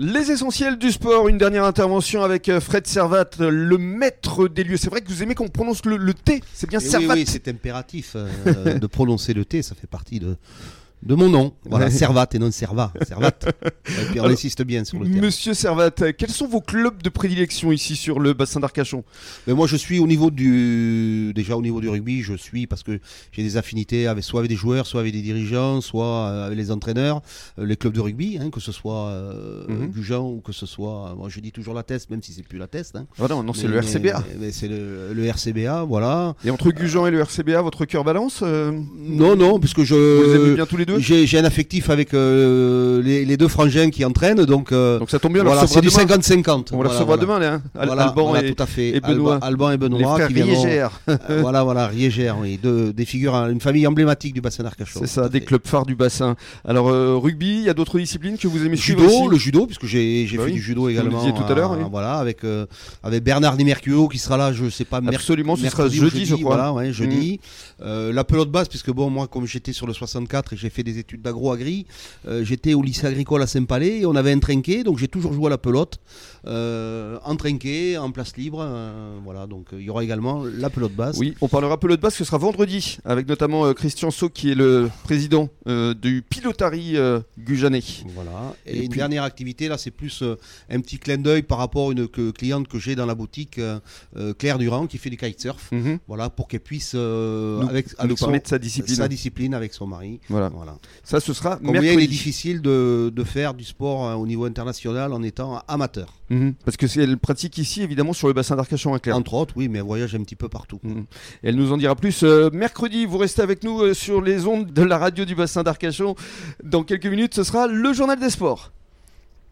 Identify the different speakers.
Speaker 1: Les essentiels du sport, une dernière intervention avec euh, Fred Servat, euh, le maître des lieux. C'est vrai que vous aimez qu'on prononce le, le T, c'est bien
Speaker 2: Et Eh oui,
Speaker 1: Servat.
Speaker 2: oui, c'est impératif euh, de prononcer le T, ça fait partie de, de mon nom. Voilà, Servat et non Servat. Servat. Et puis on
Speaker 1: Alors,
Speaker 2: insiste bien sur le terme.
Speaker 1: Monsieur Servat, euh, quels sont vos clubs de prédilection ici sur le bassin d'Arcachon
Speaker 2: Mais moi, je suis au niveau du déjà au niveau du rugby, je suis parce que j'ai des affinités avec soit avec des joueurs, soit avec des dirigeants, soit euh, avec les entraîneurs, euh, les clubs de rugby, hein, que ce soit euh,
Speaker 1: Mhm.
Speaker 2: Gujan ou que ce soit, moi je dis toujours la test, même si c'est plus la test. Hein.
Speaker 1: Ah non, non, c'est
Speaker 2: Mais-
Speaker 1: le RCBA.
Speaker 2: Mais, mais c'est le, le RCBA, voilà.
Speaker 1: Et entre Gujan et le RCBA, votre cœur balance euh,
Speaker 2: Non, non, euh, puisque je
Speaker 1: Vous les aimez bien tous les deux
Speaker 2: j'ai j'ai un affectif avec euh, les, les deux frangins qui entraînent, donc, euh,
Speaker 1: Donc ça tombe bien, on
Speaker 2: voilà,
Speaker 1: les
Speaker 2: c'est
Speaker 1: recevra
Speaker 2: du
Speaker 1: demain.
Speaker 2: 50-50.
Speaker 1: On les recevra demain, là, hein. Al-
Speaker 2: Voilà,
Speaker 1: Alban
Speaker 2: voilà,
Speaker 1: et
Speaker 2: tout à fait.
Speaker 1: et Benoît.
Speaker 2: Alba- Alban et
Speaker 1: les
Speaker 2: Benoît
Speaker 1: frères
Speaker 2: qui viendront-
Speaker 1: Riégère.
Speaker 2: Euh, voilà, voilà, Riégère, oui, deux, des figures, hein, une famille emblématique du bassin d'Arcachon.
Speaker 1: C'est ça,
Speaker 2: Tout à
Speaker 1: des
Speaker 2: fait.
Speaker 1: clubs phares du bassin. Alors euh, rugby, il y a d'autres disciplines que vous aimez
Speaker 2: Le
Speaker 1: suivre
Speaker 2: judo,
Speaker 1: aussi
Speaker 2: le judo, puisque j'ai j'ai
Speaker 1: Bah
Speaker 2: fait
Speaker 1: oui,
Speaker 2: du judo
Speaker 1: vous le
Speaker 2: également.
Speaker 1: disiez tout à l'heure, oui.
Speaker 2: Voilà, avec euh, avec Bernard Di Mercurio qui sera là, je sais pas. merc-
Speaker 1: Absolument, ce sera
Speaker 2: ou
Speaker 1: jeudi, je crois. Mm.
Speaker 2: Voilà, ouais, jeudi. Euh, la pelote basse, puisque bon, moi, comme j'étais sur le 64 et j'ai fait des études d'agro-agri, euh, j'étais au lycée agricole à Saint-Palais et on avait un trinquet, donc j'ai toujours joué à la pelote, euh, en trinquet, en place libre. euh, voilà, donc euh, il y aura également la pelote basse.
Speaker 1: Oui, on parlera peu de basse, ce sera vendredi, avec notamment euh, Christian Sau qui est le président euh, du pilotari euh, gujanais.
Speaker 2: Voilà.
Speaker 1: Et
Speaker 2: Et, une
Speaker 1: puis-
Speaker 2: dernière activité, là, c'est plus euh, un petit clin d'œil par rapport à une que- cliente que j'ai dans la boutique, euh, euh, Claire Durand, qui fait du kitesurf.
Speaker 1: Mhm.
Speaker 2: Voilà, pour qu'elle puisse, euh,
Speaker 1: Nous-
Speaker 2: avec,
Speaker 1: Nous
Speaker 2: avec son-
Speaker 1: parler de sa discipline.
Speaker 2: sa discipline, avec son mari.
Speaker 1: Voilà.
Speaker 2: Voilà.
Speaker 1: Ça, ce sera
Speaker 2: Combien il est
Speaker 1: mercredi.
Speaker 2: difficile de, de faire du sport euh, au niveau international en étant amateur.
Speaker 1: Mhm. Parce que c'est elle pratique ici, évidemment, sur le bassin d'Arcachon, à Claire.
Speaker 2: Entre autres, oui, mais elle voyage un petit peu partout.
Speaker 1: Elle nous en dira plus euh, mercredi. Vous restez avec nous euh, sur les ondes de la radio du bassin d'Arcachon. Dans quelques minutes, ce sera le journal des sports.